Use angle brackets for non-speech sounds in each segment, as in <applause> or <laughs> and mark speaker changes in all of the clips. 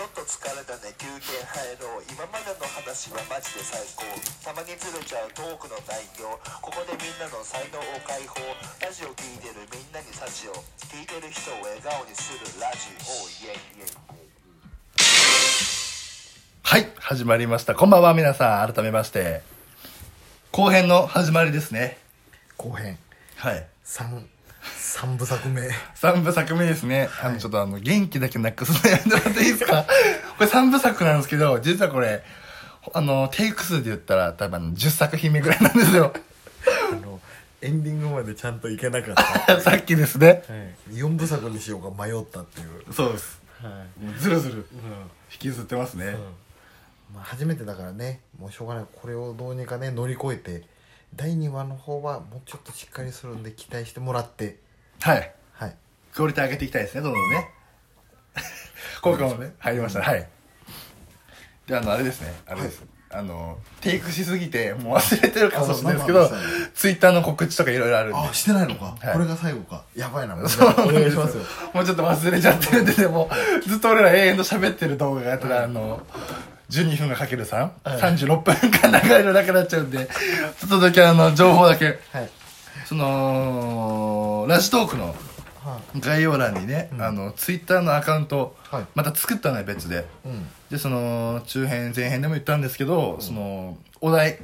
Speaker 1: ょっと疲れたね休憩入ろう今までの話はマジで最高たまにずれちゃうトークの内容ここでみんなの才能を解放ラジオ聴いてるみんなに幸を聞いてる人を笑顔にするラジオイエイイエイ
Speaker 2: はい、始まりました。こんばんは、皆さん。改めまして。後編の始まりですね。
Speaker 3: 後編
Speaker 2: はい。
Speaker 3: 三三部作目 <laughs>
Speaker 2: 三部作目ですね。あの、ちょっとあの、元気だけなくすのやめてもらっていいです <laughs> かこれ三部作なんですけど、実はこれ、あの、テイク数で言ったら多分10作品目ぐらいなんです <laughs> よ。
Speaker 3: あのエンディングまでちゃんといけなかった、 <laughs>
Speaker 2: さっきですね。
Speaker 3: はい、四部作にしようか迷ったっていう、
Speaker 2: そうです。
Speaker 3: はい
Speaker 2: ずるずる
Speaker 3: うん
Speaker 2: 引きずってますね。
Speaker 3: まあ、初めてだからねもうしょうがないこれをどうにかね乗り越えて第2話の方はもうちょっとしっかりするんで期待してもらって
Speaker 2: はい。
Speaker 3: はい
Speaker 2: クオリティ上げていきたいですね、どんどんね。効果もね、入りましたね。はい。で、あの、あれですね、あれです。あの、テイクしすぎて、もう忘れてるかもしれないですけ
Speaker 3: あ
Speaker 2: ど
Speaker 3: そうなんです、
Speaker 2: ツイッターの告知とかいろいろあるんで。
Speaker 3: あしてないのか、
Speaker 2: はい
Speaker 3: これが最後かやばい <laughs> なもう
Speaker 2: そうなんです
Speaker 3: お願いしますよ。
Speaker 2: もうちょっと忘れちゃってるんで、でも、ずっと俺ら永遠と喋ってる動画があったら、あの、12分がかける 3?36 分間流れるだけになっちゃうんで、ちょっとだけあの、情報だけ。
Speaker 3: はい
Speaker 2: その、ラジトークの
Speaker 3: は
Speaker 2: 概要欄にね、あのツイッターのアカウント、
Speaker 3: はい
Speaker 2: また作ったのよ別で、
Speaker 3: い、うん
Speaker 2: でその中編前編でも言ったんですけど、そのお題、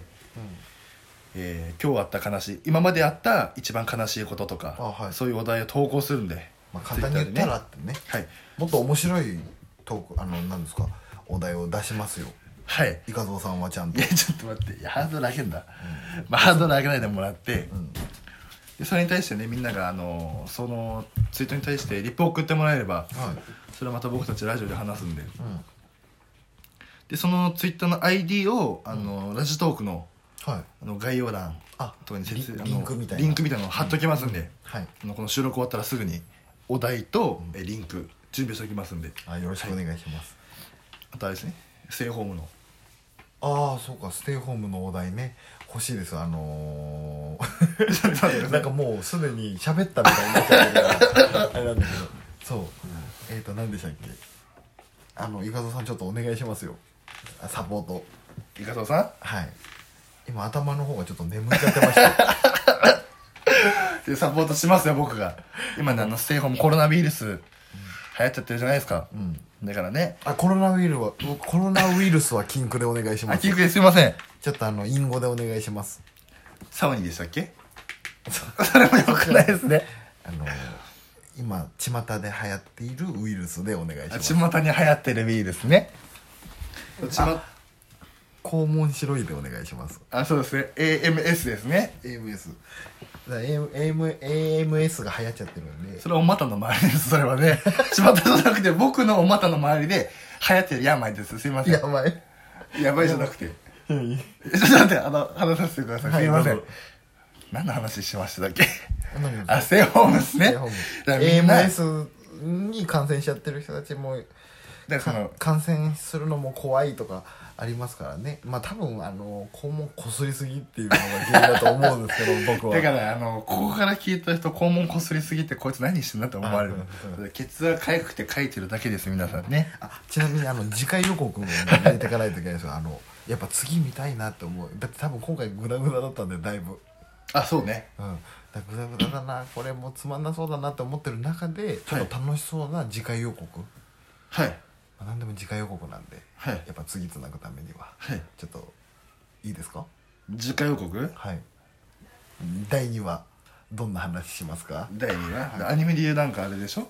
Speaker 2: えー今日あった悲しい今まであった一番悲しいこととか、
Speaker 3: あはい
Speaker 2: そういうお題を投稿するんで、
Speaker 3: まあ、簡単に言ったらっ
Speaker 2: Twitter
Speaker 3: てね
Speaker 2: でね
Speaker 3: もっと面白いトークあの何ですかお題を出しますよ
Speaker 2: はいはい <laughs>
Speaker 3: いかぞうさんはちゃん
Speaker 2: い
Speaker 3: と
Speaker 2: やちょっと待っていやハードル上げんだ、まあ、ハードル上げないでもらって、でそれに対してねみんながあのそのツイートに対してリップを送ってもらえれば、
Speaker 3: はい
Speaker 2: それはまた僕たちラジオで話すんで、
Speaker 3: うん
Speaker 2: でそのツイッターの ID をあの、ラジトークの
Speaker 3: はい
Speaker 2: あの概要欄
Speaker 3: あ
Speaker 2: とかに説
Speaker 3: リ
Speaker 2: あの
Speaker 3: リンクみたいな
Speaker 2: リンクみたいなのを貼っときますんで、
Speaker 3: はい
Speaker 2: あのこの収録終わったらすぐにお題と、えリンク準備しておきますんで
Speaker 3: あよろしくお願いします、
Speaker 2: あとあれですねステイホームの
Speaker 3: ああそうかステイホームのお題ね欲しいですあの <laughs> ー、なんかもうすでに喋ったみたいになっちゃってるからあれなんだけどそう、えっ、ー、と何でしたっけあのいかぞさんちょっとお願いしますよあサポート
Speaker 2: イカソウさん
Speaker 3: はい今頭の方がちょっと眠っちゃってま <laughs> した
Speaker 2: でサポートしますよ僕が今ねあのステイホームコロナウイルス流行っちゃってるじゃないですか、
Speaker 3: ん
Speaker 2: だからね
Speaker 3: あコロナウイルスはコロナウイルスは禁句でお願いし
Speaker 2: あ
Speaker 3: ます
Speaker 2: 聞くですいません
Speaker 3: ちょっとあの隠語でお願いします
Speaker 2: サウニーでしたっけそれもよくないですね
Speaker 3: あのー今巷で流行っているウイルスでお願いします
Speaker 2: 巷に流行ってるウイルスねあ
Speaker 3: 肛門白いでお願いします
Speaker 2: あそうですね AMS ですね
Speaker 3: AMS だ AM AMS が流行っちゃってるんで
Speaker 2: それはお股の周りですそれはね <laughs> 巷じゃなくて僕のお股の周りで流行ってる病ですすいません
Speaker 3: や
Speaker 2: や
Speaker 3: ばい
Speaker 2: ばいじゃなくて <laughs> ちょっと待ってあの話させてください、
Speaker 3: はい
Speaker 2: すいません
Speaker 3: どうぞ
Speaker 2: 何の話しましただっけ
Speaker 3: 何の話
Speaker 2: あステイホームですねだからみんな
Speaker 3: AMS に感染しちゃってる人たちも
Speaker 2: だからその
Speaker 3: か感染するのも怖いとかありますからねまあ多分あの肛門こすりすぎっていうのが原因だと思 <laughs> うんですけ
Speaker 2: <laughs>
Speaker 3: ど僕は
Speaker 2: だからあのここから聞いた人肛門こすりすぎてこいつ何してんだと思われる
Speaker 3: あうん
Speaker 2: ケツがかゆくて書いてるだけです皆さんね
Speaker 3: あちなみにあの次回予告も入れていかないといけないですよあのやっぱ次見たいなって思うだって多分今回グダグダだったんでだいぶ
Speaker 2: あそうね
Speaker 3: うん、だぐだぐだだなこれもつまんなそうだなって思ってる中でちょっと楽しそうな次回予告、
Speaker 2: はい
Speaker 3: まあ、何でも次回予告なんで、
Speaker 2: はい
Speaker 3: やっぱ次つなぐためには、
Speaker 2: はい
Speaker 3: ちょっといいですか
Speaker 2: 次回予告
Speaker 3: はい第2話どんな話しますか
Speaker 2: 第2話、アニメで言うなんかあれでしょ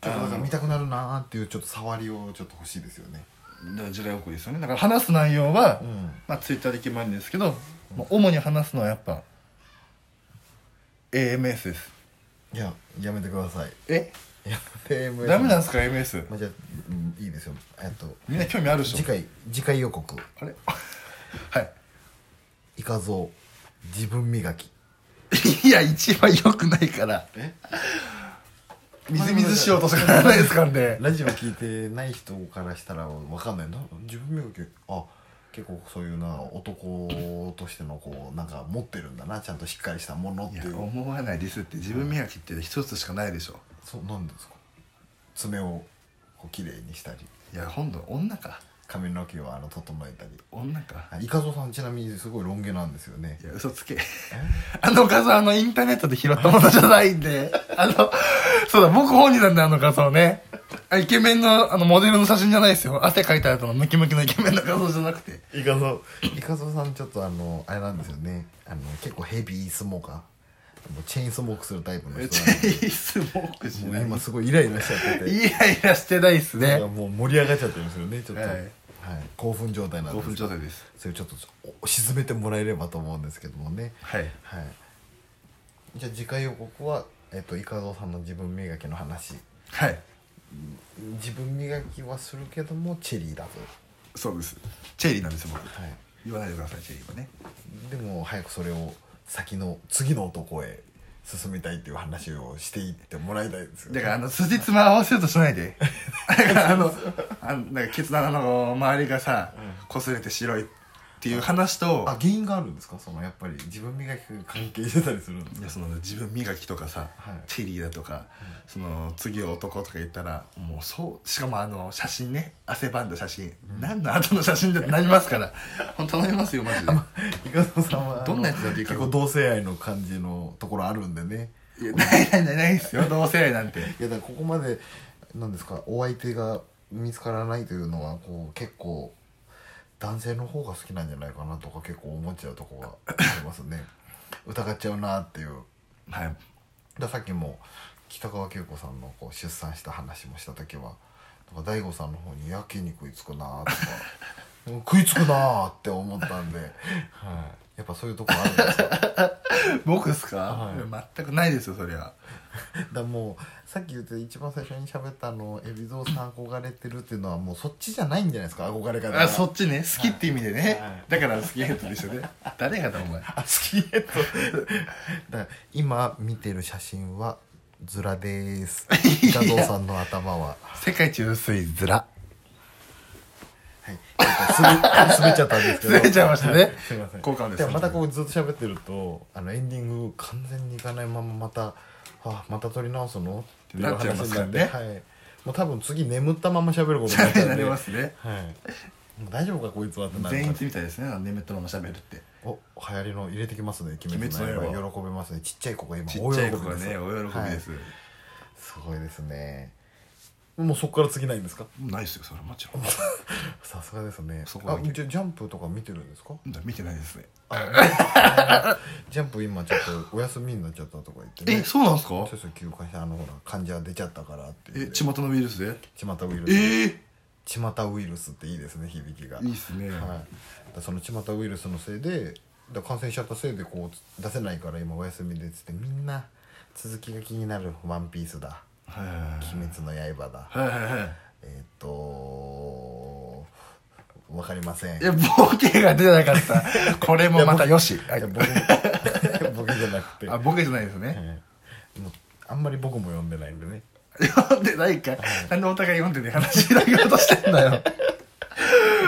Speaker 3: ちょっとだから見たくなるなーっていうちょっと触りをちょっと欲しいですよね
Speaker 2: だから時代遅れですよねだから話す内容は、
Speaker 3: うん
Speaker 2: まあ、ツイッターで決まるんですけど、まあ、主に話すのはやっぱ AMS です
Speaker 3: いややめてください
Speaker 2: え
Speaker 3: いや AMS
Speaker 2: ダメなんですか AMS
Speaker 3: まあ、じゃあ、うん、いいですよえっと
Speaker 2: みんな興味あるでしょ
Speaker 3: 次回次回予告
Speaker 2: あれ <laughs> はい <laughs>
Speaker 3: イカゾウ自分磨き
Speaker 2: いや一番良くないから
Speaker 3: え
Speaker 2: みずみずしようとしかならないですから
Speaker 3: <laughs>
Speaker 2: ね
Speaker 3: ラジオ聞いてない人からしたらわかんないな自分磨きあ結構そういうな男としてのこうなんか持ってるんだなちゃんとしっかりしたものっ
Speaker 2: い
Speaker 3: て
Speaker 2: や
Speaker 3: いう
Speaker 2: 思わないですって自分磨きって一つしかないでしょ
Speaker 3: そうなんですか爪をこう綺麗にしたり
Speaker 2: いや今度女か
Speaker 3: 髪の毛をあの整えたり
Speaker 2: 女か
Speaker 3: あイカゾさんちなみにすごいロン毛なんですよね
Speaker 2: いや嘘つけあの画像あのインターネットで拾ったものじゃないん
Speaker 3: <laughs>
Speaker 2: であのそうだ僕本人なんであの画像ねあイケメンのあのモデルの写真じゃないですよ汗かいた後のムキムキのイケメンの画像じゃなくて
Speaker 3: イカゾイカゾさんちょっとあのあれなんですよねあの結構ヘビースモーカーもうチェーンスモークするタイプの人なん
Speaker 2: チ
Speaker 3: で
Speaker 2: ェイスモークし
Speaker 3: も
Speaker 2: な
Speaker 3: う
Speaker 2: い
Speaker 3: 今すごいイライラしちゃってて
Speaker 2: イライラしてないっす
Speaker 3: なん
Speaker 2: ね
Speaker 3: かもう盛り上がっちゃってるんですよねちょっと、
Speaker 2: は
Speaker 3: はいい興奮状態なんですけど
Speaker 2: 態です
Speaker 3: それちょっとお沈めてもらえればと思うんですけどもね
Speaker 2: はい
Speaker 3: はいじゃあ次回予告はえっといかぞうさんの自分磨きの話
Speaker 2: はい
Speaker 3: 自分磨きはするけどもチェリーだぞ
Speaker 2: そうですチェリーなんですよ僕
Speaker 3: はい
Speaker 2: 言わないでくださいチェリーはね
Speaker 3: でも早くそれを先の次の男へ進みたいっていう話をしていってもらいたいですよね
Speaker 2: だからあの筋つま合わせようとしない
Speaker 3: <laughs>
Speaker 2: でだからあのあのなんかケツの穴の周りがさ擦れて白いっていう話と
Speaker 3: あ原因があるんですかそのやっぱり自分磨きが関係してたりするんです
Speaker 2: い
Speaker 3: か
Speaker 2: やその自分磨きとかさ、
Speaker 3: はい
Speaker 2: チェリーだとか、その次は男とか言ったらもうそうしかもあの写真ね汗ばんだ写真、何の後の写真だってなりますから <laughs> 本当頼みますよマジで
Speaker 3: イカゾさんは
Speaker 2: どんなやつだってイカ
Speaker 3: 結
Speaker 2: ゾ
Speaker 3: 構同性愛の感じのところあるんでね
Speaker 2: いやないないないないですよ同性愛なん
Speaker 3: <laughs>
Speaker 2: て
Speaker 3: いやだからここまでなんですかお相手が見つからないというのはこう結構男性の方が好きなんじゃないかなとか結構思っちゃうとこがあります
Speaker 2: <laughs>
Speaker 3: ね疑っちゃうなっていう
Speaker 2: はい
Speaker 3: だからさっきも北川景子さんのこう出産した話もした時はとか大悟さんの方にやけに食いつくな <laughs> とか食いつくなって思ったんで、はい、やっぱそういうとこあるんですよ
Speaker 2: 僕ですか、
Speaker 3: はい
Speaker 2: いや全くないですよそりゃ
Speaker 3: <laughs> だからもうさっき言って一番最初に喋ったあの海老蔵さん憧れてるっていうのはもうそっちじゃないんじゃないですか憧れ方が
Speaker 2: あそっちね好きって意味でね、
Speaker 3: はい
Speaker 2: だから好きヘッドでしたね <laughs> 誰がだお前
Speaker 3: あ好きねと <laughs> だから今見てる写真はズラ <laughs> です北蔵さんの頭は
Speaker 2: 世界一薄いズ <laughs> ラ
Speaker 3: はいなんか滑滑っちゃったん <laughs> ですけど
Speaker 2: 滑っちゃいましたね
Speaker 3: すいません
Speaker 2: 交換です
Speaker 3: でもま
Speaker 2: <laughs>
Speaker 3: たこうずっと喋ってるとあのエンディング完全にいかないまままた「あまた撮り直すの?」っていう
Speaker 2: なっちゃい
Speaker 3: 話
Speaker 2: ます
Speaker 3: に
Speaker 2: か
Speaker 3: な
Speaker 2: ら
Speaker 3: っ
Speaker 2: ね
Speaker 3: て、はい、もう多分次眠ったまま喋ることになっちゃうん
Speaker 2: な
Speaker 3: で
Speaker 2: りますね
Speaker 3: はい、もう大丈夫かこいつはってなる
Speaker 2: 全
Speaker 3: か
Speaker 2: 員
Speaker 3: ら
Speaker 2: 一みたいですね眠ったまま喋るって
Speaker 3: お流行りの入れてきますね鬼滅の
Speaker 2: 鬼滅の
Speaker 3: 刃喜べますねちっちゃい子が今
Speaker 2: ちっちゃい子が
Speaker 3: 大喜び
Speaker 2: ねお喜びです、
Speaker 3: はいすごいですねもうそこから次ないんですか
Speaker 2: もうないですよそれはもちろん
Speaker 3: さすがですね
Speaker 2: そこだ
Speaker 3: あ
Speaker 2: け
Speaker 3: じゃあジャンプとか見てるんですか
Speaker 2: うん見てないですね
Speaker 3: ジャンプ今ちょっとお休みになっちゃったとか言ってね
Speaker 2: えそうなんですか
Speaker 3: ちょっと休館してあのほら患者出ちゃったからってい
Speaker 2: え
Speaker 3: う
Speaker 2: 巷のウイルスで
Speaker 3: ちまたウイルス
Speaker 2: え
Speaker 3: ちまたウイルスっていいですね響きが
Speaker 2: えいいっすね、
Speaker 3: はい、だからそのちまたウイルスのせいでだから感染しちゃったせいでこう出せないから今お休みでっつってみんな続きが気になる「ワンピースだ
Speaker 2: はい
Speaker 3: 「鬼滅の刃だ」
Speaker 2: はいはいはいは
Speaker 3: えーっとわかりません
Speaker 2: いいやボケが出なかったこれもまたよし
Speaker 3: いや僕 <laughs> 僕じゃなくて、
Speaker 2: あボケじゃないですね
Speaker 3: はいもうあんまり僕も読んでないん
Speaker 2: <laughs>
Speaker 3: でね
Speaker 2: 読んでないかなんでお互い読んでねえ話だけようとしてんだ
Speaker 3: <laughs>
Speaker 2: よ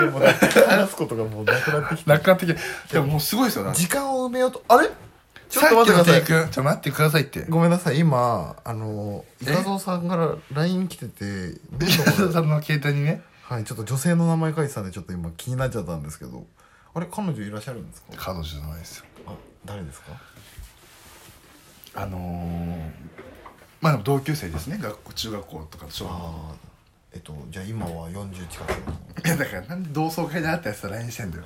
Speaker 3: でもなんか <laughs> 話すことがもうなくなってきて
Speaker 2: 楽観的でももうすごいですよな
Speaker 3: 時間を埋めようとあれちょっ
Speaker 2: さ
Speaker 3: と
Speaker 2: っきの
Speaker 3: 待ってくださ
Speaker 2: テイク
Speaker 3: い
Speaker 2: ちょっと待ってくださいって
Speaker 3: ごめんなさい今あのイ
Speaker 2: え
Speaker 3: カゾウさんから LINE 来てて
Speaker 2: 皆
Speaker 3: <laughs>
Speaker 2: さんの携帯にね
Speaker 3: はいちょっと女性の名前書いてたんでちょっと今気になっちゃったんですけどあれ彼女いらっしゃるんですか
Speaker 2: 彼女じゃないですよ
Speaker 3: あ誰ですか
Speaker 2: あのー、まあでも同級生ですね学校中学校とか小学校
Speaker 3: ああえっとじゃあ今は40近く
Speaker 2: いやだからなんで同窓会で会ったやつと LINE してんだよ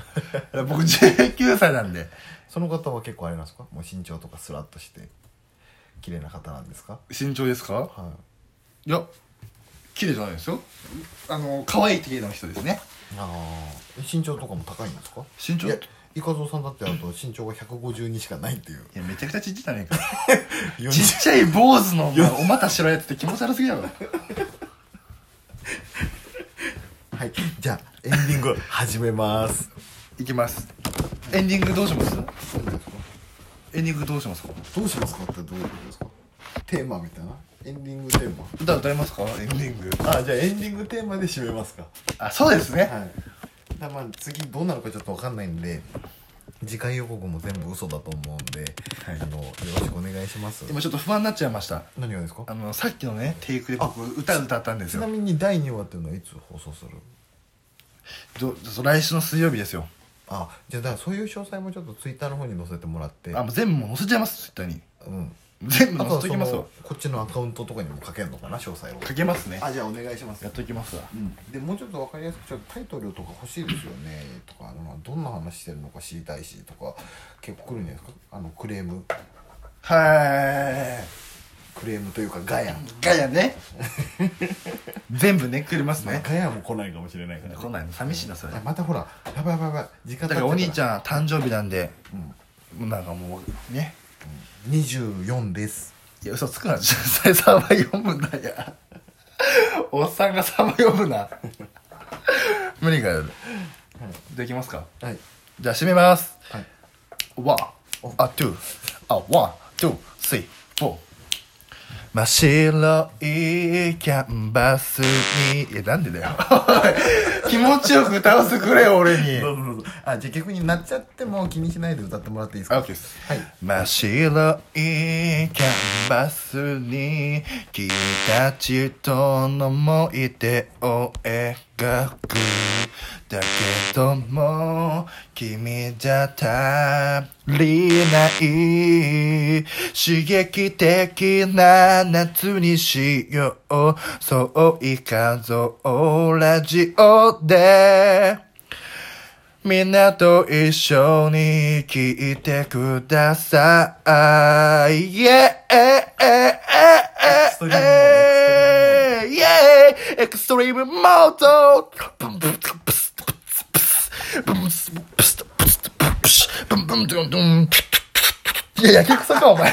Speaker 2: いや僕19歳なんで
Speaker 3: その方は結構あれなんですかもう身長とかスラッとして綺麗な方なんですか
Speaker 2: 身長ですか
Speaker 3: はい
Speaker 2: や綺麗じゃないですよあの可愛い系の人ですね
Speaker 3: いああ身長とかも高いんですか
Speaker 2: 身長
Speaker 3: いやイカゾウさんだってあと身長が152しかないっていう
Speaker 2: いやめちゃくちゃちっちゃいじゃね
Speaker 3: <laughs>
Speaker 2: えか
Speaker 3: 40
Speaker 2: ちっちゃい坊主のお前お股白いやつって気持ち悪すぎだろ
Speaker 3: はいじゃあエンディング始めます
Speaker 2: いきますエンディングどうします
Speaker 3: 何ですか
Speaker 2: エンディングどうしますか
Speaker 3: どうしますかってどういうことですかテーマみたいなエンディングテーマ
Speaker 2: 歌歌いますかエンディング
Speaker 3: あじゃあエンディングテーマで締めますか
Speaker 2: あそうですね
Speaker 3: はいだからまあ次どうなるかちょっとわかんないんで次回予告も全部嘘だと思うんで、
Speaker 2: はい
Speaker 3: あのよろしくお願いします
Speaker 2: 今ちょっと不安になっちゃいました
Speaker 3: 何がですか
Speaker 2: あのさっきのねテイクで僕歌歌ったんです
Speaker 3: ちな
Speaker 2: よ
Speaker 3: みに第2話っていうのはいつ放送する
Speaker 2: どそう来週の水曜日ですよ
Speaker 3: あじゃあだからそういう詳細もちょっとツイッターの方に載せてもらって
Speaker 2: あもう全部もう載せちゃいますツイッターに
Speaker 3: うん
Speaker 2: 全部
Speaker 3: あ
Speaker 2: 載
Speaker 3: と
Speaker 2: せと
Speaker 3: はそ
Speaker 2: きます
Speaker 3: の
Speaker 2: よ
Speaker 3: こっちのアカウントとかにも書けるのかな詳細を
Speaker 2: かけますね
Speaker 3: あじゃあお願いします
Speaker 2: やっときますわ
Speaker 3: でもうちょっと分かりやすくちょっとタイトルとか欲しいですよねとかあのどんな話してるのか知りたいしとか結構来るんじゃないですかあのクレーム
Speaker 2: は
Speaker 3: クレームというかガヤン、
Speaker 2: ーいガヤ
Speaker 3: <laughs>
Speaker 2: ね全部ねくれます
Speaker 3: まあ
Speaker 2: ね
Speaker 3: ガヤンも来ないかもしれないから、
Speaker 2: 来ないの寂しいなそれ
Speaker 3: あまたほらやばいやばいやばい時間
Speaker 2: だからお兄ち
Speaker 3: ん
Speaker 2: ゃん誕生日なんで、なんかもうね
Speaker 3: 24です
Speaker 2: いや嘘つくな10歳サバ読むなやおっさんがサバ読むな無理がやる、できますか
Speaker 3: はい
Speaker 2: じゃあ閉めます
Speaker 3: はい
Speaker 2: ワンあトゥあワントゥスリーフォー真っ白いキャンバスにいやなんでだよおい気持ちよく歌わせてくれよ俺に
Speaker 3: どうぞどうぞあじゃあ逆になっちゃっても気にしないで歌ってもらっていいですか
Speaker 2: あ OK です
Speaker 3: はい
Speaker 2: 真っ白いキャンバスに君たちとの思い出を描くだけども君じゃ足りない刺激的な夏にしようそういかぞラジオでみんなと一緒に聞いてください。イェーイ
Speaker 3: ストリームモー
Speaker 2: イェー
Speaker 3: ドエ
Speaker 2: イエクストリームモードブンブンブスブスブスブンブスブスブスブンブンブンブンブンブンブンブンブンブンブンいや、やけくそか、お前。